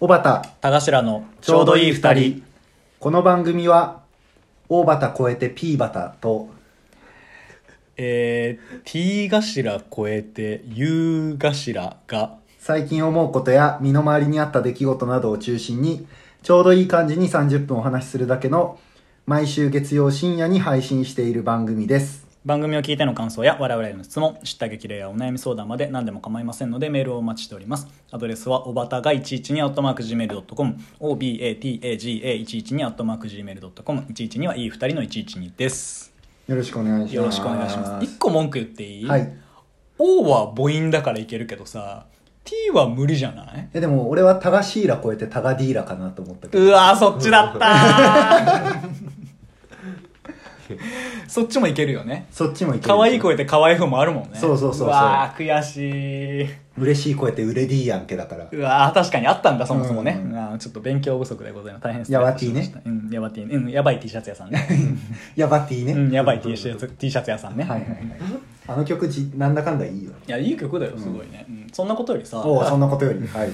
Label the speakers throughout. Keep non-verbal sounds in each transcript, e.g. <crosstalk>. Speaker 1: 小畑
Speaker 2: 田頭の
Speaker 1: ちょうどいい二人この番組は大畑超えて P 畑と
Speaker 2: えー、T 頭超えて U 頭が
Speaker 1: 最近思うことや身の回りにあった出来事などを中心にちょうどいい感じに30分お話しするだけの毎週月曜深夜に配信している番組です
Speaker 2: 番組を聞いての感想や我々への質問知った激励やお悩み相談まで何でも構いませんのでメールをお待ちしておりますアドレスはおばたが112 at mark gmail.com obatagaga112 at mark gmail.com 112はいい二人の112です
Speaker 1: よろしくお願いします
Speaker 2: よろしくお願いします一個文句言っていい、
Speaker 1: はい
Speaker 2: O は母音だからいけるけどさ T は無理じゃない
Speaker 1: えでも俺はタガシーラ超えてタガディーラかなと思ったけど
Speaker 2: うわーそっちだったー <laughs> そっちもいけるよね
Speaker 1: そっちもいける
Speaker 2: 可愛い声って可愛い風もあるもんね
Speaker 1: そうそうそうそう
Speaker 2: わー悔しい
Speaker 1: 嬉しい声ってウレディーやんけだから
Speaker 2: うわー確かにあったんだそもそもね、
Speaker 1: うん
Speaker 2: あーちょっと勉強不足でございます大変
Speaker 1: やば T ね
Speaker 2: 失礼いたしましたうんやば T ねうんやばい T シャツ屋さん
Speaker 1: <laughs>
Speaker 2: ね
Speaker 1: ヤバティね、
Speaker 2: うんやばい T シャツ T シャツ屋さんね、
Speaker 1: はいはいはいあの曲じなんだかんだいいよ
Speaker 2: いやいい曲だよすごいね、うんそんなことよりさ
Speaker 1: おうそんなことよりはい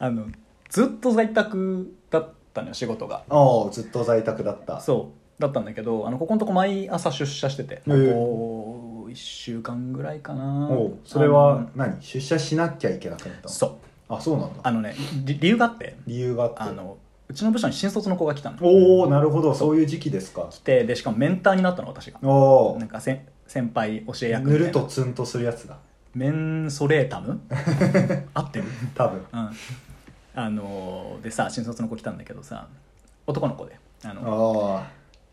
Speaker 2: あのずっと在宅だったのよ仕事が
Speaker 1: おうずっと在宅だった
Speaker 2: そうだったんだけどあのここのとこ毎朝出社してて、
Speaker 1: ええ
Speaker 2: こう1週間ぐらいかな
Speaker 1: おうそれ
Speaker 2: あ
Speaker 1: は
Speaker 2: の
Speaker 1: 何出社しなきゃいけなくなったの
Speaker 2: そう
Speaker 1: あそうなんだ
Speaker 2: あのねり理由があって
Speaker 1: 理由があって
Speaker 2: あのうちの部署に新卒の子が来たの
Speaker 1: おおなるほどそういう時期ですか
Speaker 2: 来てでしかもメンターになったの私が
Speaker 1: おお
Speaker 2: なんかせん先輩教え役み
Speaker 1: ぬ
Speaker 2: た
Speaker 1: る
Speaker 2: いな
Speaker 1: とツンとするやつだ
Speaker 2: メンソレータム <laughs> 合ってる
Speaker 1: 多分
Speaker 2: うんあのでさ新卒の子来たんだけどさ男の子であの
Speaker 1: あ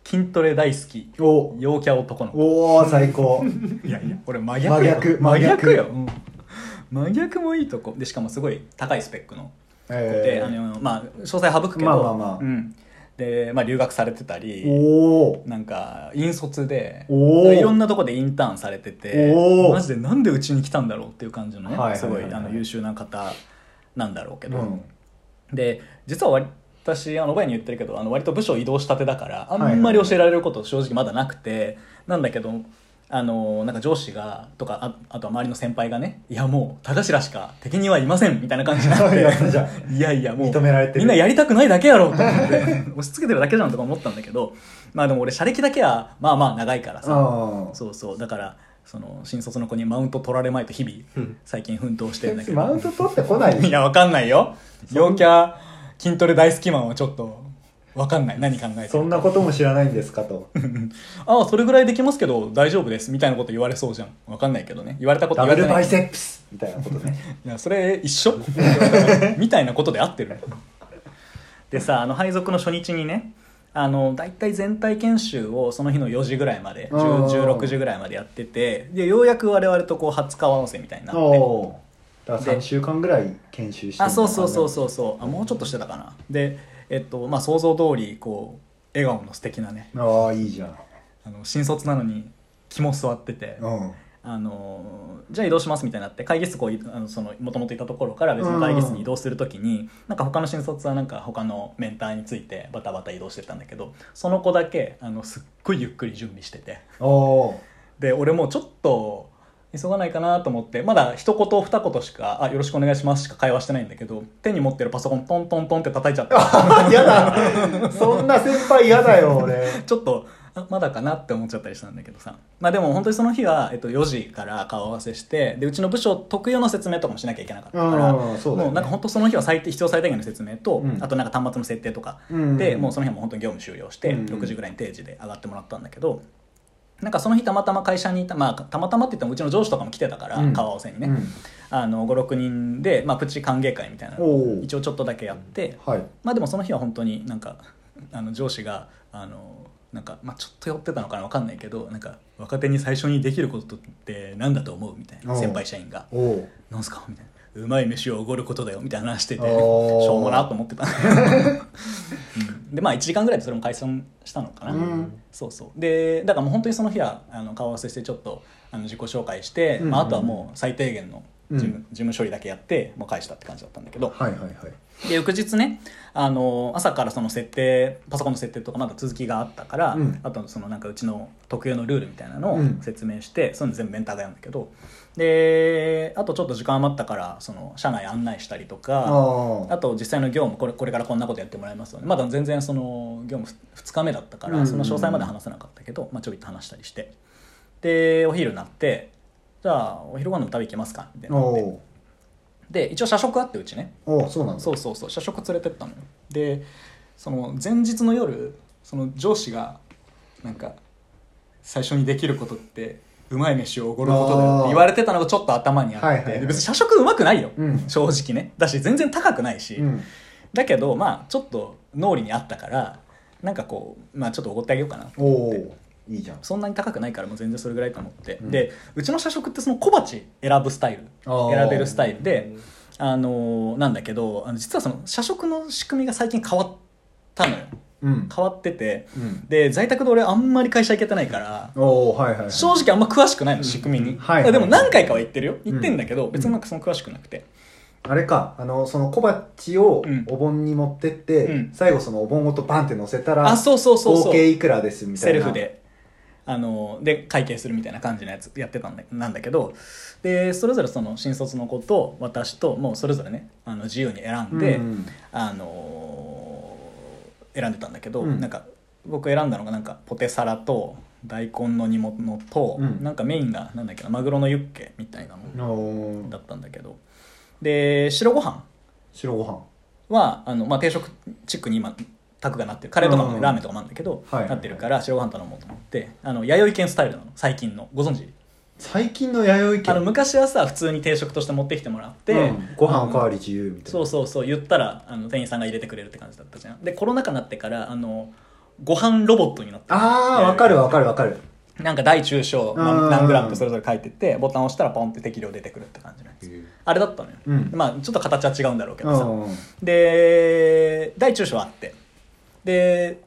Speaker 2: 筋トレ大好き
Speaker 1: あお
Speaker 2: 陽キャ男の子
Speaker 1: おお最 <laughs> 高
Speaker 2: いやいや俺真逆よ
Speaker 1: 真逆真逆
Speaker 2: よ、うん真逆もいいとこでしかもすごい高いスペックの子で、
Speaker 1: え
Speaker 2: あのまあ詳細省くけど、
Speaker 1: まあまあまあ
Speaker 2: うん、で、まあ、留学されてた
Speaker 1: ー、
Speaker 2: り
Speaker 1: おお
Speaker 2: なんか引率で
Speaker 1: おー
Speaker 2: いろんなとこでインターンされてて
Speaker 1: おー
Speaker 2: マジでなんでうちに来たんだろうっていう感じの
Speaker 1: は
Speaker 2: ね、
Speaker 1: いはいはい
Speaker 2: すごいあの優秀な方なんだろうけ
Speaker 1: う
Speaker 2: ど、
Speaker 1: ん
Speaker 2: で実は割私あの前に言ってるけどあの割と部署移動したてだからあんまり教えられること正直まだなくて、なんだけどあのなんか上司がとかああとは周りの先輩がねいやもう田頭しか敵にはいませんみたいな感じに
Speaker 1: <laughs>
Speaker 2: なっ
Speaker 1: いや
Speaker 2: て
Speaker 1: じゃ
Speaker 2: いやいやもう
Speaker 1: 認められてる
Speaker 2: みんなやりたくないだけやろと思って <laughs> 押し付けてるだけじゃんとか思ったんだけどまあでも俺社歴だけはまあまあ長いからさ
Speaker 1: ああ
Speaker 2: そうそうだからその新卒の子にマウント取られまいと日々最近奮闘してるんだけど
Speaker 1: マウント取ってこないで
Speaker 2: <laughs> い
Speaker 1: しょ
Speaker 2: や、わかんないよ。陽キャ、筋トレ大好きマンはちょっと、わかんない。何考えて
Speaker 1: そ
Speaker 2: る
Speaker 1: んな <laughs> ことも知らないんですかと
Speaker 2: ああ、それぐらいできますけど、大丈夫です。みたいなこと言われそうじゃん。わかんないけどね。言われたこと
Speaker 1: ダ
Speaker 2: 言
Speaker 1: ブ
Speaker 2: われ
Speaker 1: ル
Speaker 2: てな
Speaker 1: バ
Speaker 2: い。
Speaker 1: イセップスみたいなことね
Speaker 2: いや、それ一
Speaker 1: <laughs>
Speaker 2: 緒みたいなことで合ってる。でさ、あの、配属の初日にね、あの、大体全体研修をその日の4時ぐらいまで、
Speaker 1: うんうんうん
Speaker 2: 10 16時ぐらいまでやってて、で、ようやく我々とこう、初顔合わせみたいになっ
Speaker 1: お
Speaker 2: て。
Speaker 1: おーだから3週間ぐらい研修して
Speaker 2: あそうそうそうそううそうあもうちょっとしてたかなでえっとまあ想像通りこう笑顔の素敵なね
Speaker 1: ああいいじゃん
Speaker 2: あの新卒なのに肝座ってて
Speaker 1: うん
Speaker 2: あのじゃあ移動しますみたいになって会議室こういあのそのもともといたところから別の会議室に移動するときに、なんか他の新卒はなんか他のメンターについてバタバタ移動してたんだけどその子だけあのすっごいゆっくり準備してて
Speaker 1: おお
Speaker 2: で俺もうちょっと急がないかなと思ってまだ一言二言しか「あよろしくお願いします」しか会話してないんだけど手に持ってるパソコントントントンって叩い
Speaker 1: <laughs>
Speaker 2: ちゃった
Speaker 1: ー <laughs> やだそんな先輩嫌だよ俺
Speaker 2: ちょっとあまだかなって思っちゃったりしたんだけどさまあでも本当にその日は、えっと、4時から顔合わせしてでうちの部署特有の説明とかもしなきゃいけなかったから
Speaker 1: うんそうだよね
Speaker 2: もうなんか本当その日は最低必要最低限の説明と、
Speaker 1: うん
Speaker 2: あとなんか端末の設定とか
Speaker 1: うん
Speaker 2: でもうその日はもう本当に業務終了して、
Speaker 1: うん
Speaker 2: 6時ぐらいに定時で上がってもらったんだけどなんかその日たまたま会社にいた、まあ、たまたまって言ってもうちの上司とかも来てたから、
Speaker 1: うん
Speaker 2: 顔合わせにね、
Speaker 1: うん
Speaker 2: あの56人で、まあ、プチ歓迎会みたいなの
Speaker 1: お
Speaker 2: を
Speaker 1: う
Speaker 2: 一応ちょっとだけやって、
Speaker 1: はい
Speaker 2: まあでもその日は本当になんかあの上司があのなんか、まあ、ちょっと寄ってたのかなわかんないけどなんか若手に最初にできることってなんだと思うみたいな
Speaker 1: おう
Speaker 2: 先輩社員が
Speaker 1: おお
Speaker 2: 「なんすか?」みたいな「うまい飯をおごることだよ」みたいな話しててし
Speaker 1: おう
Speaker 2: ょうもなと思ってた、 <laughs> うんでまあ1時間ぐらいでそれも解散したのかな、
Speaker 1: うん
Speaker 2: そうそうでだからもう本当にその日はあの顔合わせしてちょっとあの自己紹介して、
Speaker 1: うんうん
Speaker 2: まあ、あとはもう最低限の事務,、事務処理だけやってもう返したって感じだったんだけど
Speaker 1: はいはいはい
Speaker 2: で翌日ねあの朝からその設定パソコンの設定とかまだ続きがあったから、
Speaker 1: うん
Speaker 2: あとそのなんかうちの特有のルールみたいなのを
Speaker 1: うん
Speaker 2: 説明して、そういうの全部メンターがやるんだけどであとちょっと時間余ったからその社内案内したりと
Speaker 1: あ
Speaker 2: かあ
Speaker 1: あ
Speaker 2: と実際の業務これこれからこんなことやってもらいますよねまだ全然その業務2日目だったか
Speaker 1: うんうんう
Speaker 2: ら
Speaker 1: ん
Speaker 2: その詳細まで話せなかったけど、まあ、ちょびっと話したりしてでお昼になってじゃあお昼ご飯でも食べ行きますかみたいになって
Speaker 1: お
Speaker 2: で一応社食あってうちね
Speaker 1: おそうなんだ
Speaker 2: そうそうそう社食連れてったのよでその前日の夜その上司がなんか最初にできることってうまい飯をおごることだよって言われてたのがちょっと頭にあって、
Speaker 1: はいはいはい
Speaker 2: で別に社食うまくないよ、
Speaker 1: うん
Speaker 2: 正直ねだし全然高くないし、
Speaker 1: うん
Speaker 2: だけどまあちょっと脳裏にあったからなんかこうまあちょっとおごってあげようかな
Speaker 1: おおいいじゃん
Speaker 2: そんなに高くないからもう全然それぐらいと思って、
Speaker 1: うん
Speaker 2: でうちの社食ってその小鉢選ぶスタイル
Speaker 1: あー
Speaker 2: 選べるスタイルであのーなんだけどあの実はその社食の仕組みが最近変わったのよ
Speaker 1: うん
Speaker 2: 変わってて
Speaker 1: うん
Speaker 2: で在宅で俺あんまり会社行けてないから
Speaker 1: おおはいはいはい
Speaker 2: 正直あんま詳しくないの仕組みに、
Speaker 1: うんはいはい
Speaker 2: でも何回かは行ってるよ行ってんだけど、
Speaker 1: うん
Speaker 2: 別になんかその詳しくなくて、
Speaker 1: あれかあのその小鉢を
Speaker 2: うん
Speaker 1: お盆に持ってって、
Speaker 2: うん
Speaker 1: 最後そのお盆ごとバンって乗せたら
Speaker 2: あそうそうそうそう
Speaker 1: 合計いくらですみた
Speaker 2: セ
Speaker 1: いな
Speaker 2: ルフで。あので会計するみたいな感じのやつやってたんだなんだけどでそれぞれその新卒の子と私ともうそれぞれねあの自由に選んで、
Speaker 1: うん
Speaker 2: あのー選んでたんだけど、
Speaker 1: うん
Speaker 2: なんか僕選んだのがなんかポテサラと大根の煮物と、
Speaker 1: うん
Speaker 2: なんかメインがなんだっけなマグロのユッケみたいなの
Speaker 1: お
Speaker 2: だ
Speaker 1: ー
Speaker 2: ったんだけどで白ご飯
Speaker 1: 白ご飯
Speaker 2: はあの、まあ、定食チックに今タクがなってるカレーとかもね、
Speaker 1: うん
Speaker 2: ラーメンとかもあるんだけど、
Speaker 1: はい
Speaker 2: なってるから白ご飯頼もうと思ってあの弥生県スタイルなの最近のご存知
Speaker 1: 最近の弥生
Speaker 2: あの
Speaker 1: 県
Speaker 2: 昔はさ普通に定食として持ってきてもらって、
Speaker 1: うんご飯おかわ
Speaker 2: り
Speaker 1: り自由みたいな
Speaker 2: そうそうそう言ったらあの店員さんが入れてくれるって感じだったじゃんでコロナ禍になってからあのご飯ロボットになった
Speaker 1: ああわかるわかるわかる
Speaker 2: なんか大中小
Speaker 1: うんうんうん
Speaker 2: 何何グラムってそれぞれ書いててボタン押したらポンって適量出てくるって感じのやつあれだったのよ、
Speaker 1: うん
Speaker 2: まあちょっと形は違うんだろうけ
Speaker 1: う
Speaker 2: どさ、
Speaker 1: ん
Speaker 2: で大中小あってで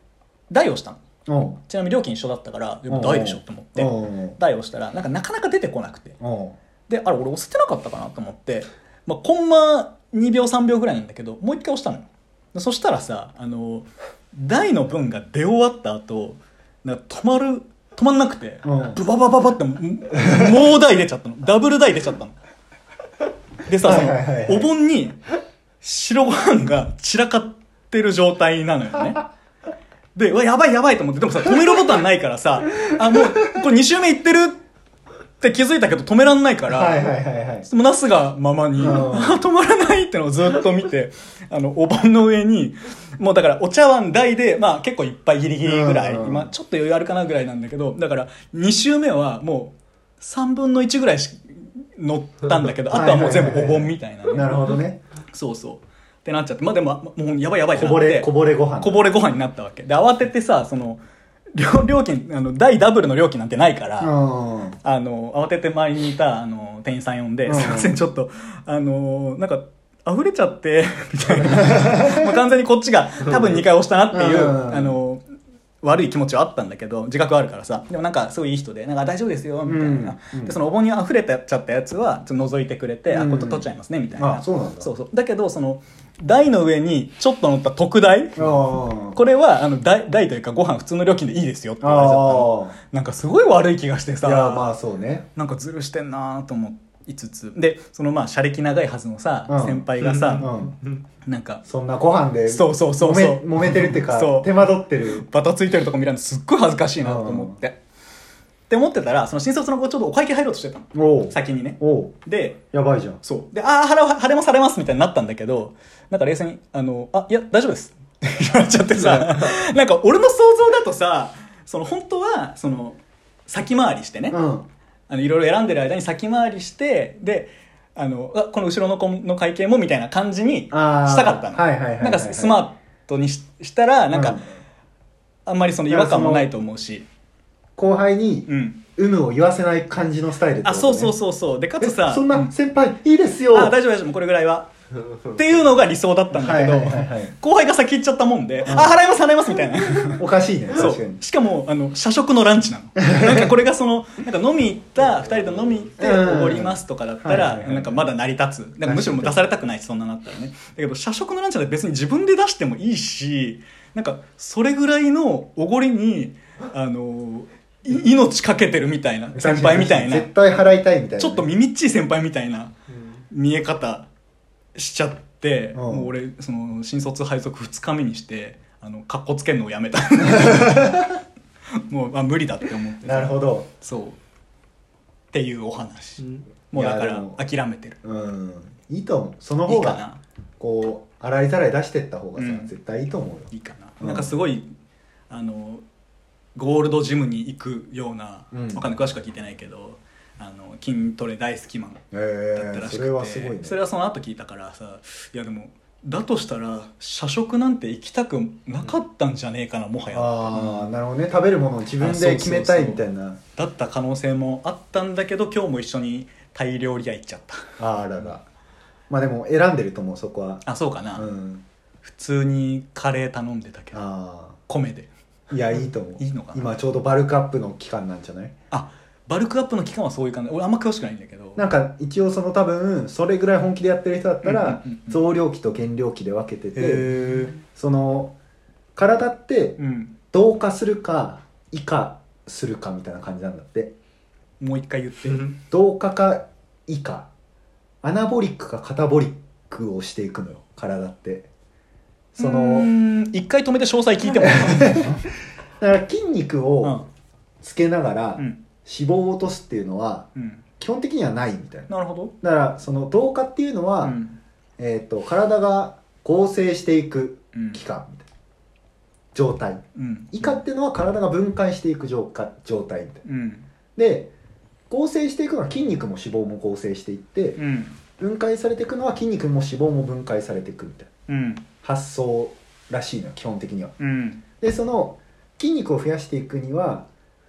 Speaker 2: 大をしたの
Speaker 1: うん
Speaker 2: ちなみに料金一緒だったから
Speaker 1: うん
Speaker 2: 大でしょと思って
Speaker 1: うん
Speaker 2: 大をしたらなんかなかなか出てこなくて
Speaker 1: うん
Speaker 2: であれ俺押せてなかったかなと思って、まあ、コンマ2秒3秒ぐらいなんだけどもう一回押したのよでそしたらさあの大の分が出終わった後なんか止まる止まんなくて
Speaker 1: うん
Speaker 2: ブババババってんもう大出ちゃったのダブル大出ちゃったのでさそ
Speaker 1: はいはいはいは
Speaker 2: の
Speaker 1: い
Speaker 2: お盆に白ご飯が散らかってる状態なのよねで、うわ、やばいやばいと思って、でもさ、止めるボタンないからさ、あ、もう、これ2周目いってるって気づいたけど止めらんないから、
Speaker 1: はいはいはいはい
Speaker 2: もうなすがままに、
Speaker 1: うん
Speaker 2: あ止まらないってのをずっと見て、あの、お盆の上に、もうだからお茶碗台で、まあ結構いっぱいギリギリぐらい、
Speaker 1: うん
Speaker 2: まあちょっと余裕あるかなぐらいなんだけど、だから2周目はもう3分の1ぐらいし乗ったんだけど、あとはもう全部お盆みたいなね。
Speaker 1: なるほどね
Speaker 2: そうそう。ってなっちゃって、まあでも、もうやばいやばいって
Speaker 1: こぼ
Speaker 2: なって
Speaker 1: れこぼれご飯
Speaker 2: こぼれご飯になったわけで慌ててさその料料金あの大ダブルの料金なんてないから、
Speaker 1: うん
Speaker 2: あの慌てて周りにいたあの店員さん呼んで「
Speaker 1: うん
Speaker 2: すいませんちょっとあのなんか溢れちゃって」 <laughs> みたいなもう完全にこっちが多分2回押したなっていう、
Speaker 1: うん
Speaker 2: あの悪い気持ちはあったんだけど自覚はあるからさでもなんかすごいいい人で「なんか大丈夫ですよ」みたいな、
Speaker 1: うんうん
Speaker 2: でそのお盆に溢れてちゃったやつはちょっと覗いてくれて「
Speaker 1: うん
Speaker 2: あこれ取っちゃいますね」みたいな
Speaker 1: あそうなんだ
Speaker 2: そうそうだけどその台の上にちょっと乗った特大
Speaker 1: うん
Speaker 2: これはあの大大というかご飯普通の料金でいいですよって言われちゃったの
Speaker 1: あ
Speaker 2: なんかすごい悪い気がして
Speaker 1: あ
Speaker 2: さ
Speaker 1: いやまあそうね
Speaker 2: なんかずるしてんなと思いつつでそのまあ車歴長いはずのさ、
Speaker 1: うん
Speaker 2: 先輩が
Speaker 1: う
Speaker 2: さ、
Speaker 1: ん
Speaker 2: なんか
Speaker 1: そんなご飯で
Speaker 2: そうそうそう
Speaker 1: 揉
Speaker 2: そう
Speaker 1: め揉めてるっていうか
Speaker 2: そう
Speaker 1: 手間取ってる
Speaker 2: バタついてるとこ見られるのすっごい恥ずかしいなと思って、って思ってたらその新卒の子ちょうどお会計入ろうとしてたの
Speaker 1: おう
Speaker 2: 先にね
Speaker 1: おう
Speaker 2: で
Speaker 1: やばいじゃん
Speaker 2: そうでああ払わ払れます払れますみたいになったんだけどなんか冷静に「あのあいや大丈夫です」って言われちゃってさなんか俺の想像だとさその本当はその先回りしてね、
Speaker 1: うん
Speaker 2: あのいろいろ選んでる間に先回りしてであのあこの後ろの子の会計もみたいな感じにした
Speaker 1: あー
Speaker 2: かったの
Speaker 1: はいはいはいはい
Speaker 2: なんかスマートにししたらなんか、
Speaker 1: うん
Speaker 2: あんまりその違和感もないと思うし、
Speaker 1: 後輩に
Speaker 2: うん、
Speaker 1: 有無を言わせない感じのスタイルって
Speaker 2: あ
Speaker 1: ことね
Speaker 2: そうそうそうそうでかつ
Speaker 1: え
Speaker 2: さ
Speaker 1: そん
Speaker 2: う
Speaker 1: な先輩いいですよ
Speaker 2: あ大丈夫大丈夫もうこれぐらいはっていうのが理想だったんだけど、
Speaker 1: はいはいはいはい
Speaker 2: 後輩が先行っちゃったもんで、あ払います払いますみたいな
Speaker 1: <laughs> おかしいね
Speaker 2: そ
Speaker 1: 確か
Speaker 2: う
Speaker 1: に
Speaker 2: しかもあの社食のランチ
Speaker 1: <laughs>
Speaker 2: なのなんかこれがそのなんか飲み行った2人と飲み行って
Speaker 1: うん
Speaker 2: おごりますとかだった
Speaker 1: はい
Speaker 2: ら
Speaker 1: はいはい
Speaker 2: なんかまだ成り立つなんかむしろもう出されたくないしそんなのあったらねだけど社食のランチは別に自分で出してもいいしなんかそれぐらいのおごりにあのい命かけてるみたいな先輩みたいな
Speaker 1: 絶対払いたいみたいなね、
Speaker 2: ちょっと耳っちい先輩みたいな見え方しちゃって、
Speaker 1: ん
Speaker 2: もう俺その新卒配属2日目にしてあのかっこつけるのをや
Speaker 1: <laughs>
Speaker 2: めたもうあ無理だって思って
Speaker 1: なるほど
Speaker 2: そうっていうお話、
Speaker 3: うん
Speaker 2: もうだか
Speaker 1: いやで
Speaker 2: ら
Speaker 1: も
Speaker 2: 諦めてる
Speaker 1: うんいいと思うその
Speaker 2: い
Speaker 1: 方
Speaker 2: いか
Speaker 1: が
Speaker 2: な
Speaker 1: こう洗いざらい出してった方がさ、
Speaker 2: うん
Speaker 1: 絶対いいと思うよ
Speaker 2: いいかな、
Speaker 1: うん
Speaker 2: なんかすごいあのゴールドジムに行くような、
Speaker 1: うん
Speaker 2: わかんない詳しくは聞いてないけどあの筋トレ大好きマンだっ
Speaker 1: え
Speaker 2: た
Speaker 1: え
Speaker 2: らしくて
Speaker 1: それはすごいね
Speaker 2: それはその後聞いたからさいやでもだとしたら社食なんて行きたくなかったんじゃねえかな、もはや
Speaker 1: ああなるほどね食べるものを自分で決めたいみたいな
Speaker 2: だった可能性もあったんだけど今日も一緒にタイ料理屋行っちゃっ
Speaker 1: ああららまあでも選んでると思うそこは
Speaker 2: たあそうかな、
Speaker 1: うん
Speaker 2: 普通にカレー頼んでたけど
Speaker 1: あ
Speaker 2: 米で
Speaker 1: あいやいいと思う
Speaker 2: いいのかな
Speaker 1: 今ちょうどバルクアップの期間なんじゃない
Speaker 2: あバルクアップの期間はそういう感じ俺あんま詳しくないんだけど
Speaker 1: なんか一応その多分それぐらい本気でやってる人だったら
Speaker 2: うんうんうんうん
Speaker 1: 増量期と減量期で分けてて
Speaker 2: へ
Speaker 1: その体って
Speaker 2: えうん
Speaker 1: 同化するか異化するかみたいな感じなんだって
Speaker 2: もう一回言って
Speaker 1: 同化か異化アナボリックかカタボリックをしていくのよ体ってそうの
Speaker 2: ーん一回止めて詳細聞いても
Speaker 1: だから筋肉
Speaker 2: う
Speaker 1: <laughs>
Speaker 2: ん
Speaker 1: をつけながら
Speaker 2: うん
Speaker 1: 脂肪を落とすっていうのは
Speaker 2: うん
Speaker 1: 基本的にはないみたいな
Speaker 2: なるほど
Speaker 1: だからその同化っていうのは、
Speaker 2: うん
Speaker 1: えー、と体が合成していく
Speaker 2: うん
Speaker 1: 期間みたいな状態
Speaker 2: うん
Speaker 1: イカっていうのは体が分解していく状か状態みたいな
Speaker 2: うん
Speaker 1: で合成していくのは筋肉も脂肪も合成していって
Speaker 2: うん
Speaker 1: 分解されていくのは筋肉も脂肪も分解されていくみたいな
Speaker 2: うん
Speaker 1: 発想らしいのよ基本的には
Speaker 2: うん
Speaker 1: でその筋肉を増やしていくには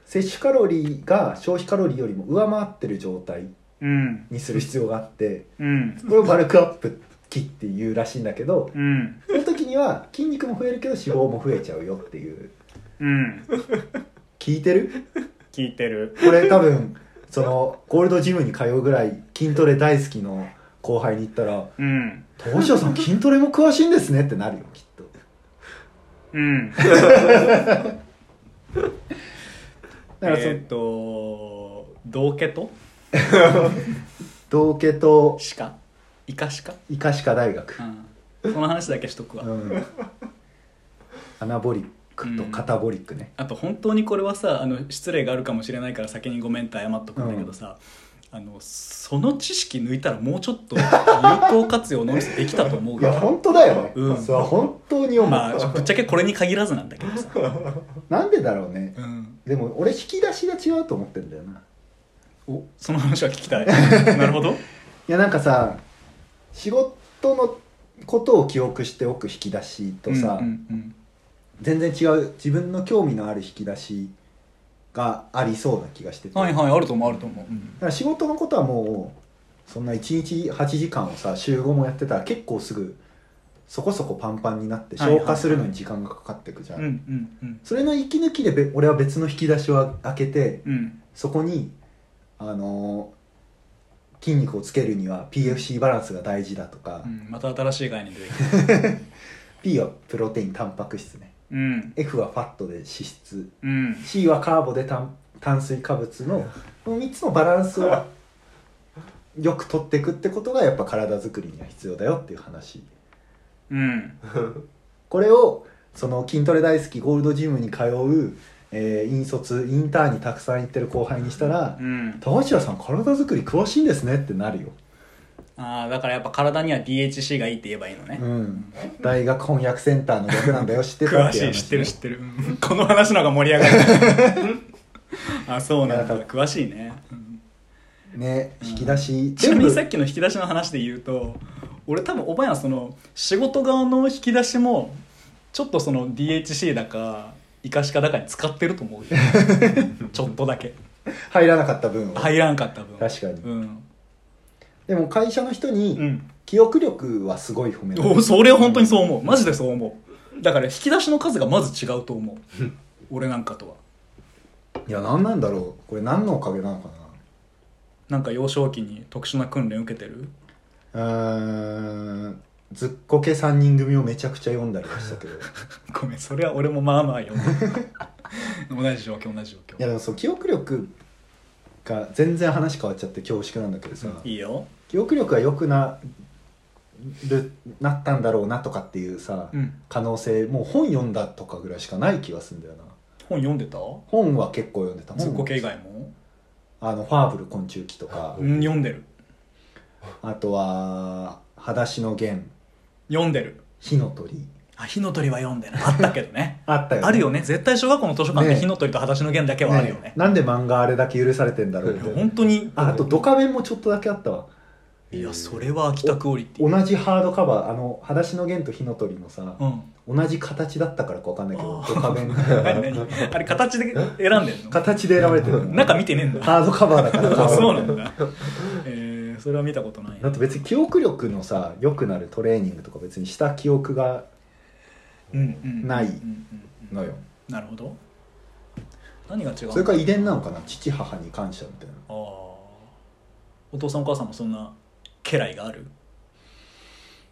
Speaker 1: 摂取カロリーが消費カロリーよりも上回ってる状態
Speaker 2: うん
Speaker 1: にする必要があって
Speaker 2: うん
Speaker 1: これをバルクアップ期っていうらしいんだけど
Speaker 2: うん
Speaker 1: その時には筋肉も増えるけど脂肪も増えちゃうよっていう
Speaker 2: うん
Speaker 1: 聞いてる
Speaker 2: 聞いてる
Speaker 1: これ多分そのゴールドジムに通うぐらい筋トレ大好きの後輩に言ったら
Speaker 2: うん
Speaker 1: 「東條さん筋トレも詳しいんですね」ってなるよきっと
Speaker 2: うん
Speaker 1: だからその、
Speaker 2: えっと道家と
Speaker 1: 道家と
Speaker 2: 鹿イカシカ
Speaker 1: 医科歯科大学
Speaker 2: うんその話だけしとくわ、
Speaker 1: うんアナボリックとカタボリックね、
Speaker 2: あと本当にこれはさあの失礼があるかもしれないから先にごめんと謝っとくんだけどさ、あのその知識抜いたらもうちょっと有効活用のみできたと思う
Speaker 1: いや
Speaker 2: よ
Speaker 1: 本当だよね、
Speaker 2: うん
Speaker 1: それは本当に思う、
Speaker 2: まあぶっちゃけこれに限らずなんだけどさ、
Speaker 1: なんでだろうね
Speaker 2: うん、
Speaker 1: でも俺引き出しが違うと思ってんだよな
Speaker 2: おその話は聞きたい <laughs> なるほど
Speaker 1: いやなんかさ仕事のことを記憶しておく引き出しとさ、
Speaker 2: うんうん
Speaker 1: 全然違う自分の興味のある引き出しがありそうな気がしてて、
Speaker 2: うんはい
Speaker 1: だか
Speaker 2: はいあると思うあると思う、うん
Speaker 1: ら仕事のことはもうそんな1日8時間をさ週5もやってたら結構すぐそこそこパンパンになって
Speaker 2: はいはい
Speaker 1: 消化するのに時間がかかってくじゃん、
Speaker 2: うんうん
Speaker 1: それの息抜きでべ俺は別の引き出しを開けて
Speaker 2: うんうん
Speaker 1: そこにあのー筋肉をつけるには PFC バランスが大事だとか、
Speaker 2: うんまた新しい概念出てきた
Speaker 1: P はプロテインタンパク質ね
Speaker 2: <laughs> うん
Speaker 1: F はファットで脂質
Speaker 2: うん
Speaker 1: C はカーボで炭炭水化物のこの3つのバランスをよく取っていくってことがやっぱ体作りには必要だよっていう話
Speaker 2: うん
Speaker 1: これをその筋トレ大好きゴールドジムに通う、えー引率インターンにたくさん行ってる後輩にしたら
Speaker 2: うん
Speaker 1: 「高橋さん体作り詳しいんですね」ってなるよ、
Speaker 2: ああだからやっぱ体には DHC がいいって言えばいいのね、
Speaker 1: うん、大学翻訳センターの略なんだよ知ってた
Speaker 2: 詳
Speaker 1: って
Speaker 2: し
Speaker 1: いう話ね
Speaker 2: い知ってる知ってるうんこの話の方が盛り上がる <laughs> あそうなんだ
Speaker 1: いや
Speaker 2: 詳しいね、うん
Speaker 1: ね引き出し
Speaker 2: ちな
Speaker 1: 全
Speaker 2: みに
Speaker 1: 部
Speaker 2: さっきの引き出しの話で言うと俺多分おばやんその仕事側の引き出しもちょっとその DHC だかイカシカだかに使ってると
Speaker 1: <laughs>
Speaker 2: 思うよちょっとだけ
Speaker 1: 入らなかった分を
Speaker 2: 入らんかった分
Speaker 1: 確かに
Speaker 2: うん
Speaker 1: でも会社の人
Speaker 2: う
Speaker 1: に
Speaker 2: ん
Speaker 1: 記憶力はすごい褒められ
Speaker 2: お
Speaker 1: る
Speaker 2: それは本当にそう思うマジでそう思うだから引き出しの数がまず違うと思う俺なんかとはい
Speaker 1: や何なんだろうこれ何のおかげなのか
Speaker 2: なんか幼少期に特殊な訓練受けてる
Speaker 1: なうーんずっこけ3人組をめちゃくちゃ読んだりはした
Speaker 2: <laughs>
Speaker 1: けどい
Speaker 2: ごめんそれは俺もまあまあよ
Speaker 1: <laughs>
Speaker 2: 同じ状況同じ状況
Speaker 1: やでもそう記憶力が全然話変わっちゃって恐縮なんだけどさ、
Speaker 2: いいよ
Speaker 1: 記憶力が良くなるなったんだろうなとかっていうさ、
Speaker 2: うん
Speaker 1: 可能性もう本読んだとかぐらいしかない気がするんだよな
Speaker 2: 本読んでた
Speaker 1: 本は結構読んでた
Speaker 2: ずっこ
Speaker 1: 本
Speaker 2: け以外も、
Speaker 1: あのファーブル昆虫記とか、
Speaker 2: うん、読んでる
Speaker 1: あとは「裸足の弦」
Speaker 2: 読んでる
Speaker 1: 「火の鳥
Speaker 2: あ火の鳥は読んでないあったけど <laughs> ね」
Speaker 1: あったよね
Speaker 2: あるよね絶対小学校の図書館で
Speaker 1: ね
Speaker 2: 火の鳥と裸足の弦だけはあるよね
Speaker 1: なんで漫画あれだけ許されてんだろうみ
Speaker 2: い
Speaker 1: た
Speaker 2: や
Speaker 1: いな
Speaker 2: 本当に
Speaker 1: ああとドカベンもちょっとだけあったわ
Speaker 2: いやそれは秋田クオリティ
Speaker 1: 同じハードカバーあの「裸足の弦」と「火の鳥」のさ、
Speaker 2: うん
Speaker 1: 同じ形だったからかわかんないけど
Speaker 2: あ
Speaker 1: ド
Speaker 2: ー
Speaker 1: カベン
Speaker 2: 何何 <laughs> あれ形で選んでんの
Speaker 1: 形で選ばれてる
Speaker 2: <laughs> 中見てねえんだ
Speaker 1: ハードカバーだから
Speaker 2: あそうなんだえー、それは見たことない
Speaker 1: だって別に記憶力のさ良くなるトレーニングとか別にした記憶が
Speaker 2: うんうん
Speaker 1: ない
Speaker 2: うんうんうん
Speaker 1: のよ
Speaker 2: なるほど何が違うの
Speaker 1: それから遺伝なのかな父母に感謝みたいな
Speaker 2: あーお父さんお母さんもそんな家来がある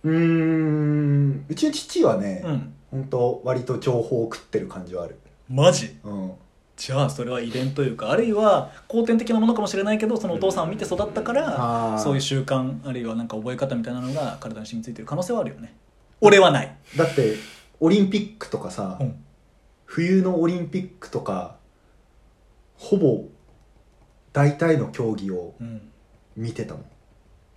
Speaker 1: うーんうちの父はね、
Speaker 2: うん
Speaker 1: 本当割と情報を食ってる感じはある
Speaker 2: マジ
Speaker 1: うん
Speaker 2: じゃあそれは遺伝というかあるいは後天的なものかもしれないけどそのお父さんを見て育ったから
Speaker 1: あー
Speaker 2: そういう習慣あるいはなんか覚え方みたいなのが体に染みついてる可能性はあるよね俺はない、
Speaker 1: だってオリンピックとかさ、
Speaker 2: うん、
Speaker 1: 冬のオリンピックとかほぼ大体の競技を
Speaker 2: うん
Speaker 1: 見てたもん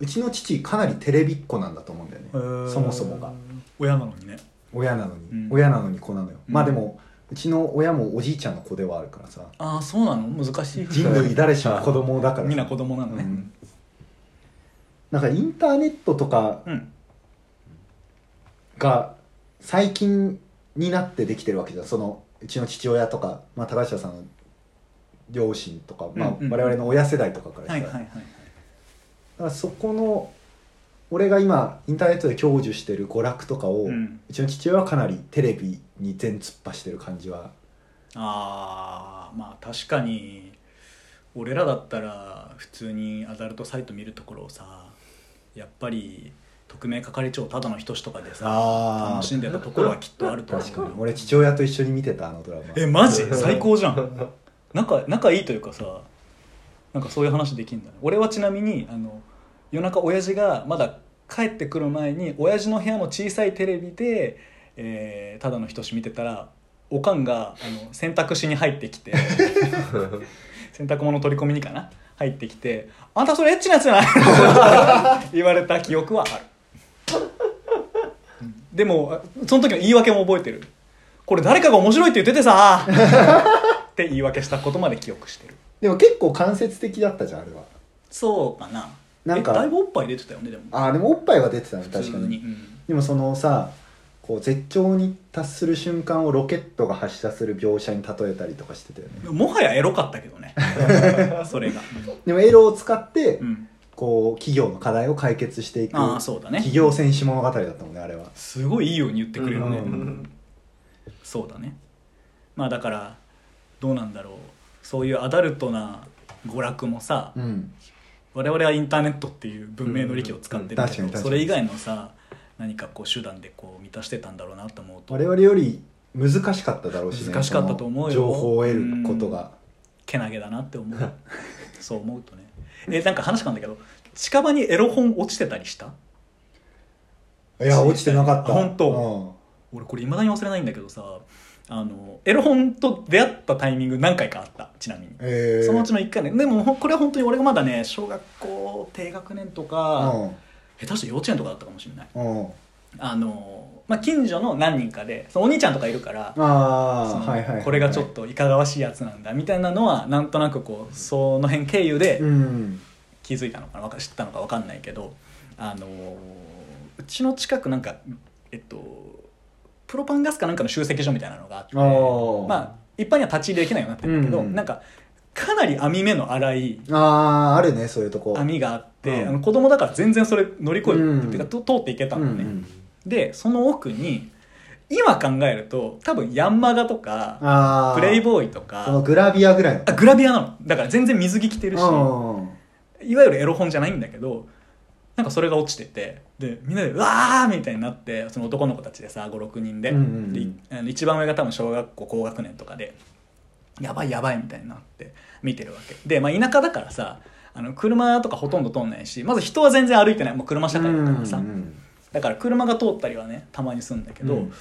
Speaker 1: うちの父かなりテレビっ子なんだと思うんだよねそもそもが
Speaker 2: 親なのにね
Speaker 1: 親なのに、
Speaker 2: うん
Speaker 1: 親なのに子なのよ、
Speaker 2: うん
Speaker 1: まあでもうちの親もおじいちゃんの子ではあるから
Speaker 2: <laughs>
Speaker 1: さ
Speaker 2: ああそうなの難しい
Speaker 1: 人類誰しも子供だからさ
Speaker 2: みんな子供なの
Speaker 1: う
Speaker 2: ね
Speaker 1: んなんかインターネットとか
Speaker 2: うん、
Speaker 1: が最近になってできてるわけじゃんそのうちの父親とか、まあ、高橋さんの両親とか、まあ
Speaker 2: うんうんうん
Speaker 1: 我々の親世代とかからした
Speaker 2: は
Speaker 1: ら
Speaker 2: い,、はいはい
Speaker 1: だからそこの俺が今インターネットで享受してる娯楽とかを、う
Speaker 2: うん
Speaker 1: ちの父親はかなりテレビに全突っ走してる感じは
Speaker 2: ああまあ確かに俺らだったら普通にアダルトサイト見るところをさやっぱり匿名係長ただの人しとかでさ
Speaker 1: あー
Speaker 2: 楽しんでたところはきっとあると思うよ
Speaker 1: 確かに俺父親と一緒に見てたあのドラマ
Speaker 2: えマジ最高じゃん仲仲いいというかさなんかそういう話できるんだね俺はちなみにあの夜中親父がまだ帰ってくる前に親父の部屋の小さいテレビで、えーただの人し見てたらおかんがあの洗濯しに入ってきて洗濯物取り込みにかな入ってきて「あんたそれエッチなやつじゃない?」言われた記憶はあるうんでもその時の言い訳も覚えてるこれ誰かが面白いって言っててさ <laughs> って言い訳したことまで記憶してる
Speaker 1: でも結構間接的だったじゃんあれは
Speaker 2: そうかな
Speaker 1: なんか
Speaker 2: えだいぶおっぱい出てたよねでも
Speaker 1: ああでもおっぱいは出てたね
Speaker 2: 普
Speaker 1: 確
Speaker 2: 通
Speaker 1: か
Speaker 2: に
Speaker 1: に
Speaker 2: うん
Speaker 1: でもそのさこう絶頂に達する瞬間をロケットが発射する描写に例えたりとかしてたよね
Speaker 2: もはやエロかったけどね <laughs> それが
Speaker 1: でもエロを使って、
Speaker 2: うん
Speaker 1: こう企業の課題を解決していく
Speaker 2: ああそうだね
Speaker 1: 企業戦士物語だったもんねあれは
Speaker 2: すごいいいように言ってくれるね、
Speaker 1: うん
Speaker 2: そうだねまあだからどうなんだろうそういうアダルトな娯楽もさ、
Speaker 1: うん
Speaker 2: 我々はインターネットっていう文明の利器を使って
Speaker 1: うん
Speaker 2: る
Speaker 1: うん確
Speaker 2: け
Speaker 1: かに確
Speaker 2: ど
Speaker 1: かに
Speaker 2: それ以外のさ何かこう手段でこう満たしてたんだろうなと思うと
Speaker 1: 我々より難しかっただろうし、ね、
Speaker 2: 難しかったと思うよ
Speaker 1: その情報を得ることが
Speaker 2: けなげだなって思う <laughs> そう思うとねえなんか話かんだけど近場にエロ本落ちてたりした
Speaker 1: いや落ちてなかった
Speaker 2: あ本当
Speaker 1: うん
Speaker 2: 俺これ未だに忘れないんだけどさあのエロ本と出会ったタイミング何回かあったちなみに
Speaker 1: えー、
Speaker 2: そのうちの1回ねでもほんこれは本当に俺がまだね小学校低学年とか下手して幼稚園とかだったかもしれない
Speaker 1: うんうん
Speaker 2: あの、まあ、近所の何人かでそのお兄ちゃんとかいるからそ
Speaker 1: あ
Speaker 2: の
Speaker 1: あ、はいはいはいはい、
Speaker 2: これがちょっといかがわしいやつなんだみたいなのはなんとなくこうその辺経由で
Speaker 1: うん
Speaker 2: 気づいたのかなわか知ったのかわかんないけどあのーうちの近くなんかえっとプロパンガスかなんかの集積所みたいなのがあって
Speaker 1: あー
Speaker 2: まあ一般には立ち入れできないようになってるんだけど、
Speaker 1: うんうん
Speaker 2: なんかかなり網目の粗い
Speaker 1: あああるねそういうとこ
Speaker 2: 網があっって、
Speaker 1: うん
Speaker 2: あの子供だから全然それ乗り越えて、
Speaker 1: うん
Speaker 2: っていうかと通っていけた
Speaker 1: う
Speaker 2: の
Speaker 1: ん
Speaker 2: ね、
Speaker 1: うん
Speaker 2: でその奥に今考えると多分ヤンマガとか
Speaker 1: ああ
Speaker 2: プレイボーイと
Speaker 1: その
Speaker 2: か
Speaker 1: グラビアぐらいの
Speaker 2: あグラビアなのだから全然水着着てるし
Speaker 1: うん
Speaker 2: いわゆるエロ本じゃないんだけどなんかそれが落ちててでみんなで「うわー!」みたいになってその男の子たちでさ56人で,で、
Speaker 1: うんうん
Speaker 2: あの一番上が多分小学校高学年とかで「やばいやばい」みたいになって見てるわけで、まあ、田舎だからさあの車とかほとんど通んないしまず人は全然歩いてないもう車社会だからさ、
Speaker 1: うんうん
Speaker 2: だから車が通ったりはねたまにするんだけど、
Speaker 1: うん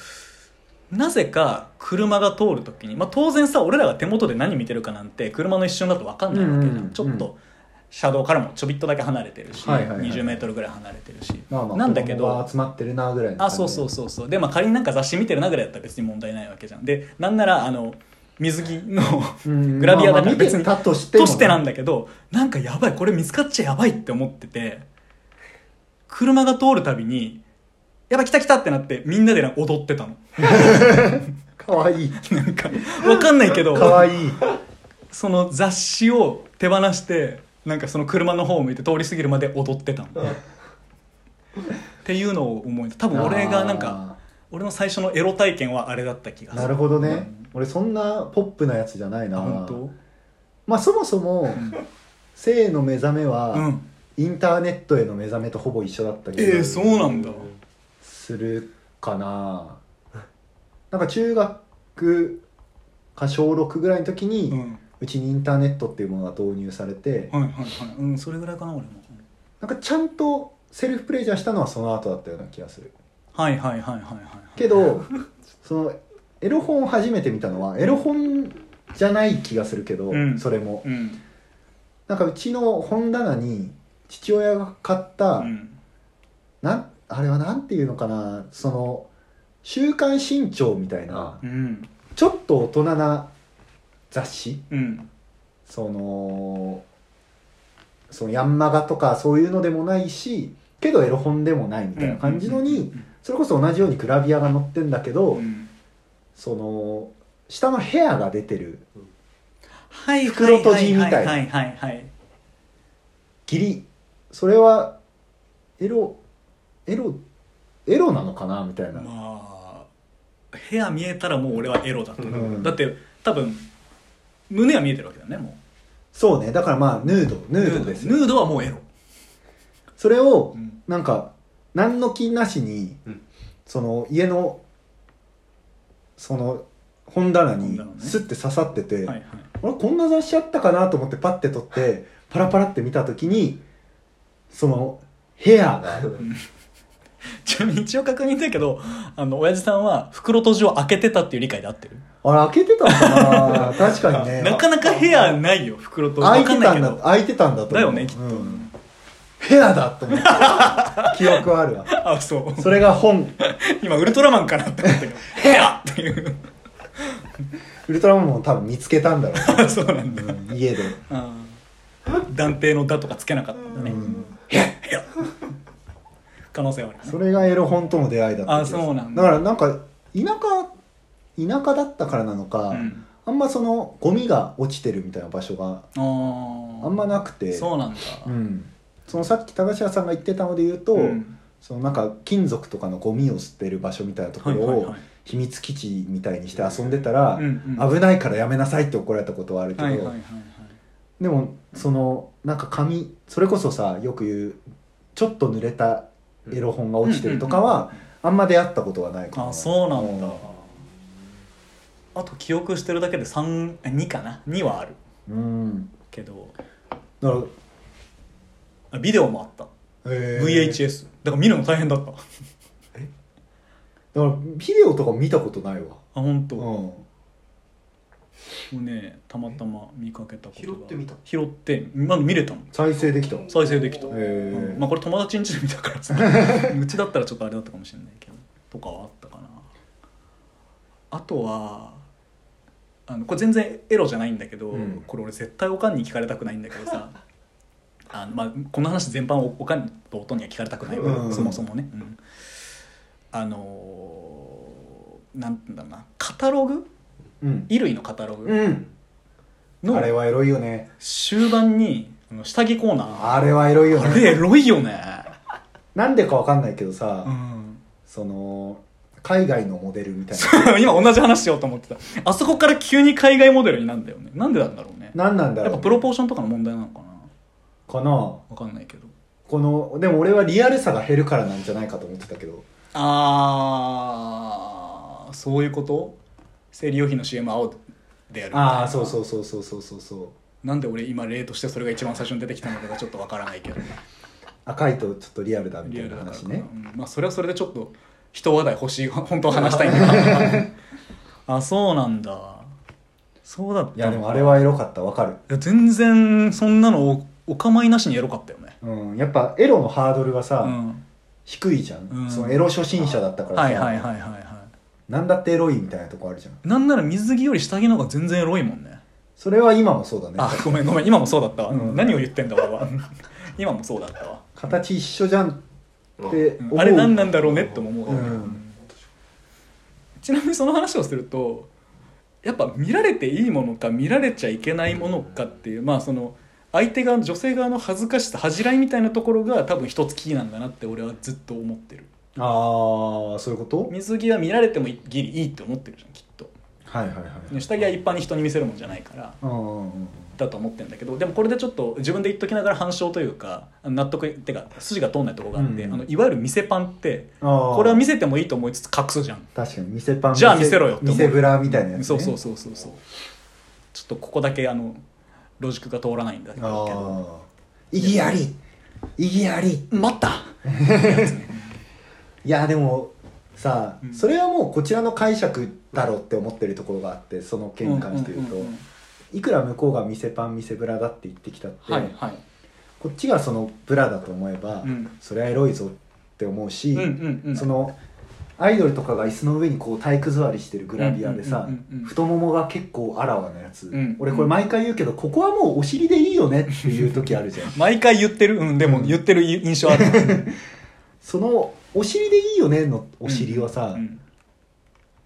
Speaker 2: なぜか車が通る時に、まあ、当然さ俺らが手元で何見てるかなんて車の一瞬だと分かんないわけじゃん
Speaker 1: うんうん
Speaker 2: ちょっと車道からもちょびっとだけ離れてるし、
Speaker 1: はいはいはい
Speaker 2: 20メートルぐらい離れてるし、
Speaker 1: まあまあ
Speaker 2: なんだけ
Speaker 1: 子供
Speaker 2: ど
Speaker 1: が集まってるなぐらいの感
Speaker 2: あ
Speaker 1: じ
Speaker 2: そうそうそうそうでまあ仮になんか雑誌見てるなぐらいだったら別に問題ないわけじゃんでなんならあの水着の
Speaker 1: うん
Speaker 2: グラビア
Speaker 1: ま
Speaker 2: だか
Speaker 1: あまあ
Speaker 2: ら
Speaker 1: 見て
Speaker 2: 別に、
Speaker 1: たとしても
Speaker 2: としてなんだけどなんかやばいこれ見つかっちゃやばいって思ってて車が通るたびにやばい来た来たってなってみんなで踊ってたの
Speaker 1: かわいい
Speaker 2: なんかわかんないけど
Speaker 1: かわいい
Speaker 2: その雑誌を手放してなんかその車の方を向いて通り過ぎるまで踊ってたのっていうのを思い出多分俺がなんか俺の最初のエロ体験はあれだった気
Speaker 1: あ
Speaker 2: が
Speaker 1: ー
Speaker 2: する
Speaker 1: なるほどね俺そんなポップなやつじゃないな
Speaker 2: あ本
Speaker 1: まあそもそも性の目覚め
Speaker 2: 当
Speaker 1: は、
Speaker 2: うん
Speaker 1: インターネットへの目覚めとほぼ一緒だった
Speaker 2: え
Speaker 1: り
Speaker 2: えそうなんだ
Speaker 1: するかな、なんか中学か小6ぐらいの時に、
Speaker 2: う
Speaker 1: うんちにインターネットっていうものが導入されて、
Speaker 2: はいはいはいうんそれぐらいかな俺も
Speaker 1: なんかちゃんとセルフプレジャーしたのはその後だったような気がする
Speaker 2: はいはいはいはいはい
Speaker 1: けどそのエロ本を初めて見たのはエロ本じゃない気がするけど、
Speaker 2: うん
Speaker 1: それも
Speaker 2: うん
Speaker 1: なんかうちの本棚に父親が買った、
Speaker 2: うん
Speaker 1: なんあれはなんていうのかなその「週刊新潮」みたいな
Speaker 2: うん
Speaker 1: ちょっと大人な雑誌
Speaker 2: うん
Speaker 1: そのそのヤンマガとかそういうのでもないしけどエロ本でもないみたいな感じのにそれこそ同じようにグラビアが載ってんだけ
Speaker 2: う
Speaker 1: ど
Speaker 2: ん
Speaker 1: その下のヘアが出てる
Speaker 2: はいはい
Speaker 1: 袋とじみたい
Speaker 2: はいはいはいはい
Speaker 1: ギリそれはエロエロエロなのかなみたいな。
Speaker 2: まあ部屋見えたらもう俺はエロだと思う、
Speaker 1: うん
Speaker 2: だって多分胸は見えてるわけだよねも
Speaker 1: そうねだからまあヌード
Speaker 2: う
Speaker 1: ヌードですよ
Speaker 2: ヌードはもうエロ、
Speaker 1: それを
Speaker 2: うん
Speaker 1: なんか何の気なしに、
Speaker 3: うん
Speaker 1: その家のその本棚に
Speaker 2: 本棚ね
Speaker 1: スッて刺さってて、
Speaker 2: はいはい
Speaker 1: 俺こんな雑誌あったかなと思ってパッて取ってパラパラって見た時にそのヘアが
Speaker 2: ちなみに一応確認だけどあの親父さんは袋閉じを開けてたっていう理解で合ってる、
Speaker 1: あれ開けてたのか
Speaker 2: <laughs>
Speaker 1: な確かにね
Speaker 2: なかなか部屋ないよ袋閉じ
Speaker 1: 開い
Speaker 2: わか
Speaker 1: て
Speaker 2: んな
Speaker 1: た
Speaker 2: いけ
Speaker 1: んだ
Speaker 2: ど
Speaker 1: 開いてたんだと思う
Speaker 2: だよねきっと
Speaker 1: うんヘアだと思って <laughs> 記憶はあるわ
Speaker 2: あそう
Speaker 1: それが本
Speaker 2: 今ウルトラマンかなって思
Speaker 1: <laughs>
Speaker 2: ったけど「部屋!」っていう
Speaker 1: ウルトラマンも多分見つけたんだろう
Speaker 2: あそうなんだ、
Speaker 1: ね、うん家
Speaker 2: <laughs>
Speaker 1: で
Speaker 2: あー断定の「だ」とかつけなかったんだね「部屋!」可能性はあるね
Speaker 1: それがエロ本との出会いだった気がする
Speaker 2: あそうなんだ
Speaker 1: からなんか田舎田舎だったからなのか、
Speaker 2: うん
Speaker 1: あんまそのゴミが落ちてるみたいな場所が
Speaker 2: あー
Speaker 1: あんまなくて
Speaker 2: そうなんだ、
Speaker 1: うんそのさっき高橋さんが言ってたので言うと、
Speaker 2: うん
Speaker 1: そのなんか金属とかのゴミを捨てる場所みたいなところ
Speaker 2: はいはい
Speaker 1: を
Speaker 2: はい
Speaker 1: 秘密基地みたいにして遊んでたら、
Speaker 2: うんうん
Speaker 1: 危ないからやめなさいって怒られたことはあるけど、
Speaker 2: はいはいはいはい
Speaker 1: でもそのなんか紙それこそさよく言うちょっと濡れたエロ本が落ちてるとかはあんま出会ったことがないかも
Speaker 2: あそうなんだ、
Speaker 1: う
Speaker 2: あと記憶してるだけで三あ2かな2はある
Speaker 1: うん
Speaker 2: けど
Speaker 1: だから
Speaker 2: あビデオもあった
Speaker 1: えー
Speaker 2: VHS だから見るの大変だったあ
Speaker 1: だからビデオとか見たことないわ
Speaker 2: 本当。も
Speaker 1: うん
Speaker 2: うねたまたま見かけたことが
Speaker 3: 拾ってみた
Speaker 2: 拾ってまだ見れたの
Speaker 1: 再生できたへ
Speaker 2: 再生できた、
Speaker 1: え
Speaker 2: うんまあこれ友達ん家で見たから
Speaker 1: <laughs>
Speaker 2: さうちだったらちょっとあれだったかもしれないけどとかはあったかなあとはあのこれ全然エロじゃないんだけど、
Speaker 1: うん
Speaker 2: これ俺絶対おかんに聞かれたくないんだけど
Speaker 1: <laughs>
Speaker 2: さあの、まあ、この話全般をおかんとおとんには聞かれたくない、
Speaker 1: うん
Speaker 2: そもそもね、うんあのーなんて言うんだろうなカタログ
Speaker 1: うん
Speaker 2: 衣類のカタログ
Speaker 1: うん
Speaker 2: の
Speaker 1: あれはエロいよね
Speaker 2: 終盤にうん下着コーナー
Speaker 1: あれはエロいよ
Speaker 2: あ
Speaker 1: ね
Speaker 2: れエロいよね
Speaker 1: なんでかわかんないけどさ、
Speaker 2: うん
Speaker 1: その海外のモデルみたい
Speaker 2: <laughs> 今同じ話しようと思ってたあそこから急に海外モデルになんだよねなんでなんだろうね <laughs>
Speaker 1: な何なんだ
Speaker 2: や
Speaker 1: ろう
Speaker 2: っぱプロポーションとかの問題なのかな
Speaker 1: かな
Speaker 2: わかんないけど
Speaker 1: このでも俺はリアルさが減るからなんじゃないかと思ってたけど
Speaker 2: あーそういうこと生理用品の CM 青でやるみたいな
Speaker 1: ああそうそうそうそうそうそうそう
Speaker 2: なんで俺今例としてそれが一番最初に出てきたのかがちょっとわからないけど
Speaker 1: 赤いとちょっ <laughs> とリアルだみ
Speaker 2: リ
Speaker 1: た
Speaker 2: ア
Speaker 1: い
Speaker 2: ル
Speaker 1: な
Speaker 2: だから
Speaker 1: 話
Speaker 2: かな、
Speaker 1: ね
Speaker 2: うんまあそれはそれでちょっと人話題欲しい本当は話したいんだけ
Speaker 1: <laughs>
Speaker 2: どあそうなんだそうだったの
Speaker 1: いやでもあれはエロかったわかる
Speaker 2: いや全然そんなのおお構いなしにエロかったよね
Speaker 1: うんやっぱエロのハードルがさ、
Speaker 2: うん
Speaker 1: 低いじゃん、
Speaker 2: うん
Speaker 1: そのエロ初心者だったからさ、
Speaker 2: はいはいはいはいは
Speaker 1: なんだってエロいみたいなとこあるじゃん
Speaker 2: いなんなら水着より下着の方が全然エロいもんね
Speaker 1: それは今もそうだね
Speaker 2: あごめんごめん今もそうだったわ、
Speaker 1: うん
Speaker 2: 何を言ってんだ俺は <laughs> 今もそうだったわ、
Speaker 1: 形一緒じゃんって
Speaker 2: うん
Speaker 1: 思う、
Speaker 2: あれ何なんだろうねっても思う、
Speaker 1: うん
Speaker 2: ちなみにその話をするとやっぱ見られていいものか見られちゃいけないものかっていうまあその相手側の女性側の恥ずかしさ恥じらいみたいなところが多分一つキーなんだなって俺はずっと思ってる
Speaker 1: ああそういうこと
Speaker 2: 水着は見られてもギリいいって思ってるじゃんきっと
Speaker 1: はいはいはい
Speaker 2: 下着は一般に人に見せるもんじゃないから
Speaker 1: うんうんうん
Speaker 2: だと思ってるんだけどでもこれでちょっと自分で言っときながら反証というかあの納得ってか筋が通んないところがあって、
Speaker 1: うん
Speaker 2: あのいわゆる店パンって
Speaker 1: ああ
Speaker 2: これは見せてもいいと思いつつ隠すじゃん、
Speaker 1: 確かに店パン
Speaker 2: じゃあ見せろよって思う
Speaker 1: 店ブラみたいなやつ、ね、
Speaker 2: そうそうそうそうそうちょっとここだけあのロジックが通らないんだけど
Speaker 1: ああ意義あり意義あり
Speaker 2: 待った
Speaker 1: いやでもさあ、
Speaker 2: うん
Speaker 1: それはもうこちらの解釈だろうって思ってるところがあってその件に関して言うと、
Speaker 2: んんん
Speaker 1: いくら向こうが店パン店ブラだって言ってきたって、
Speaker 2: はいはい
Speaker 1: こっちがそのブラだと思えば、
Speaker 2: うん
Speaker 1: それはエロいぞって思うし、
Speaker 2: うんうんうん
Speaker 1: そのアイドルとかが椅子の上にこう体育座りしてるグラビアでさ、
Speaker 2: うんうんうんうん
Speaker 1: 太ももが結構あらわなやつ、
Speaker 2: うん
Speaker 1: 俺これ毎回言うけどここはもうお尻でいいよねっていう時あるじゃん
Speaker 2: 毎回言ってるうんでも
Speaker 1: うん
Speaker 2: 言ってる印象ある
Speaker 1: <laughs> そのお尻でいいよねのお尻はさ、
Speaker 2: うん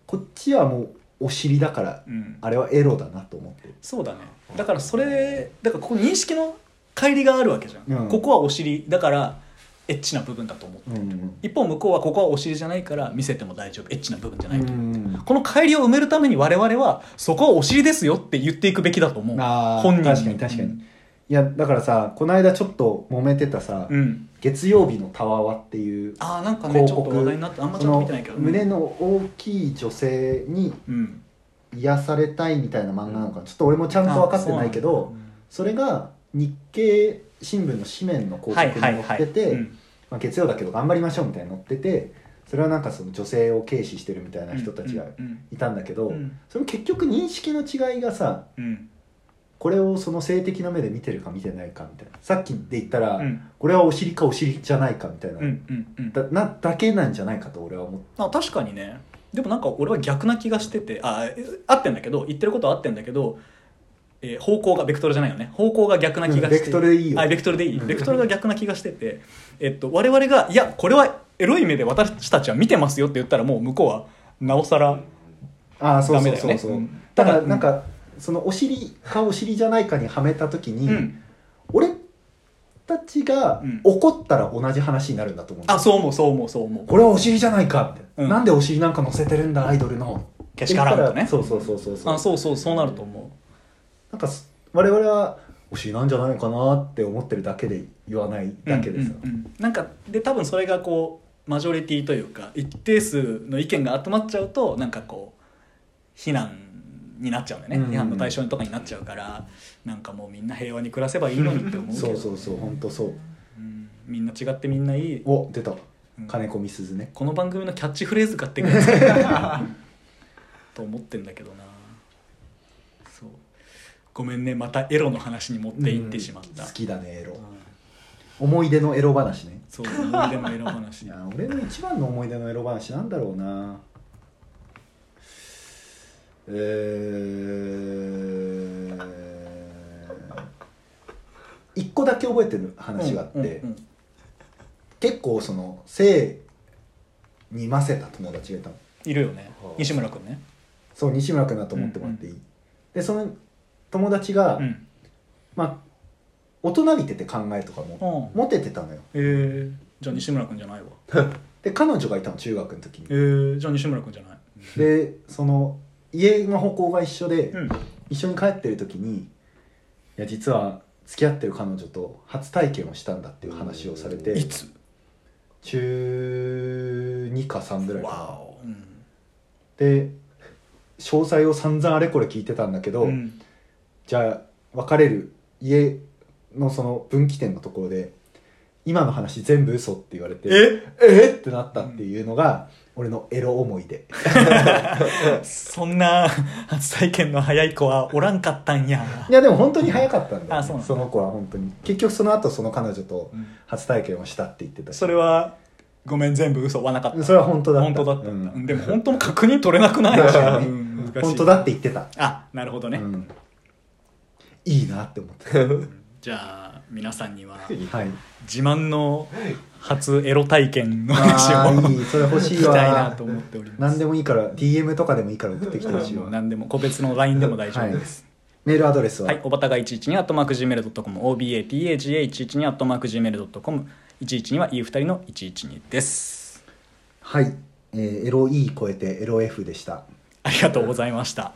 Speaker 1: こっちはもうお尻だから
Speaker 2: うん
Speaker 1: あれはエロだなと思ってる
Speaker 2: そうだねだからそれだからここ認識の乖離があるわけじゃん、
Speaker 1: うん
Speaker 2: ここはお尻だからエッチな部分だと思って
Speaker 1: うんうん
Speaker 2: 一方向こうはここはお尻じゃないから見せても大丈夫エッチな部分じゃ
Speaker 1: う
Speaker 2: ないと、
Speaker 1: ん
Speaker 2: この乖離を埋めるために我々はそこはお尻ですよって言っていくべきだと思う
Speaker 1: あー
Speaker 2: 本人
Speaker 1: 確かに確かに、いやだからさこの間ちょっと揉めてたさ、
Speaker 2: うん、うん
Speaker 1: 月曜日のたわわっていう
Speaker 2: ああなんかねち
Speaker 1: 広
Speaker 2: ょっと
Speaker 1: 告
Speaker 2: 話題になってあんまち
Speaker 1: そ
Speaker 2: ゃんと
Speaker 1: の
Speaker 2: 見てないけど
Speaker 1: 胸の大きい女性に
Speaker 2: うん
Speaker 1: 癒されたいみたいな漫画なのかなちょっと俺もちゃんと分かってないけどそれが日経新聞の紙面の
Speaker 2: あそう
Speaker 1: 広告
Speaker 2: なんだ
Speaker 1: に
Speaker 2: はいは
Speaker 1: 載
Speaker 2: いは
Speaker 1: って
Speaker 2: い
Speaker 1: て、
Speaker 2: うん
Speaker 1: まあ、月曜だけど頑張りましょうみたいに載っててそれはなんかその女性を軽視してるみたいな人たちが
Speaker 2: うん
Speaker 1: いたんだけど、
Speaker 2: うん
Speaker 1: それも結局認識の違いがさ
Speaker 2: うん
Speaker 1: これをその性的な目で見てるか見てないかみたいなさっきで言った
Speaker 2: う
Speaker 1: ら、
Speaker 2: んうん
Speaker 1: これはお尻かお尻じゃないかみたいな、
Speaker 2: うんうんうん
Speaker 1: だなだけなんじゃないかと俺は思って
Speaker 2: あ確かにねでもなんか俺は逆な気がしててあえ合ってんだけど言ってることは合ってんだけど、えー方向がベクトルじゃないよね方向が逆な気がして、
Speaker 1: うんベクトルでいいよ
Speaker 2: あベクトルでいい
Speaker 1: うん
Speaker 2: ベクトルが逆な気がしてて、えっと、我々がいやこれはエロい目で私たちは見てますよって言ったらもう向こうはなおさら
Speaker 1: ああそう
Speaker 2: ダメ
Speaker 1: そう
Speaker 2: だよ
Speaker 1: そうそう、
Speaker 2: ねうん
Speaker 1: だか
Speaker 2: だ
Speaker 1: ら
Speaker 2: から
Speaker 1: なんか、そのお尻かお尻じゃないかにはめた時に、
Speaker 2: うん
Speaker 1: 俺たちが
Speaker 2: うん
Speaker 1: 怒ったら同じ話になるんだと思うんだよ
Speaker 2: あそう思うそう思うそう思う
Speaker 1: これはお尻じゃないかみたいな、
Speaker 2: うん
Speaker 1: なんでお尻なんか乗せてるんだアイドルの
Speaker 2: けしからんと
Speaker 1: って言った
Speaker 2: ね
Speaker 1: らそうそうそうそうそう
Speaker 2: あそうそうそうなると思
Speaker 1: なんかす我々はお尻なんじゃないかなって思ってるだけで言わないうだけでさ、
Speaker 2: うんうんうんなんかで多分それがこうマジョリティというか一定数の意見が集まっちゃうとなんかこう非難になっちゃうんだよね、
Speaker 1: うん
Speaker 2: 批判の対象とかになっちゃうからなんかもうみんな平和に暮らせばいいのにって思うけど
Speaker 1: そうそうそう本当そう
Speaker 2: うんみんな違ってみんないい
Speaker 1: お出た
Speaker 2: うん
Speaker 1: 金子みすずね
Speaker 2: この番組のキャッチフレーズ買ってくださいと思ってんだけどなそうごめんねまたエロの話に持っていってしまった、
Speaker 1: うん好きだねエロ
Speaker 2: うん
Speaker 1: 思い出のエロ話ね
Speaker 2: そう思い出のエロ話
Speaker 1: いや俺の一番の思い出のエロ話なんだろうなえー、一個だけ覚えてる <laughs> 話があって、
Speaker 2: うんうんうん
Speaker 1: 結構その性にませた友達がいたの
Speaker 2: いるよね
Speaker 1: はあ
Speaker 2: 西村君ね
Speaker 1: そう西村君だと思ってもらっていい、でその友達が、
Speaker 2: うん
Speaker 1: まあ大人びてて考えとかも
Speaker 2: うん
Speaker 1: モテてたのよ
Speaker 2: <laughs> えー、じゃあ西村君じゃないわ
Speaker 1: で彼女がいたの中学の時に
Speaker 2: えー、じゃあ西村君じゃない
Speaker 1: でその家の方向が一緒で、
Speaker 2: うん
Speaker 1: 一緒に帰ってる時にいや実は付き合ってる彼女と初体験をしたんだっていう話をされて
Speaker 2: いつ
Speaker 1: 中2か3ぐらいか
Speaker 2: わ
Speaker 1: な
Speaker 2: おうん
Speaker 1: で詳細を散々あれこれ聞いてたんだけど、
Speaker 2: うん
Speaker 1: じゃあ別れる家のその分岐点のところで今の話全部嘘って言われて
Speaker 2: え
Speaker 1: えってなったっていうのが俺のエロ思いで
Speaker 2: そんな <laughs> 初体験の早い子はおらんかったんや
Speaker 1: いやでも本当に早かったんだよ
Speaker 2: あそうなんだ
Speaker 1: その子は本当に結局その後その彼女と
Speaker 2: うん
Speaker 1: 初体験をしたって言ってたし
Speaker 2: それはごめん全部嘘はなかった
Speaker 1: それは本当だった
Speaker 2: 本当だったんだ、
Speaker 1: うん
Speaker 2: でも本当も確認取れなくないし、うん難しい
Speaker 1: 本当だって言ってた、
Speaker 2: あなるほどね、
Speaker 1: うんいいなって思って
Speaker 2: <laughs> じゃあ皆さんには
Speaker 1: はい
Speaker 2: 自慢の初エロ体験の話
Speaker 1: あ
Speaker 2: を
Speaker 1: ーいいそれ欲し
Speaker 2: 聞
Speaker 1: い
Speaker 2: き
Speaker 1: わ
Speaker 2: たい <laughs> なと思っております
Speaker 1: 何でもいいから DM とかでもいいから送ってきてほしい
Speaker 2: も
Speaker 1: わ
Speaker 2: う何でも個別の LINE でも大丈夫です、
Speaker 1: メールアドレスは、
Speaker 2: はい、おばたが112アットマーク Gmail.com、OBATAGA112 アットマーク Gmail.com、112はいい二人の112です。
Speaker 1: はい、えー、LE 超えて LF でした
Speaker 2: ありがとうございました。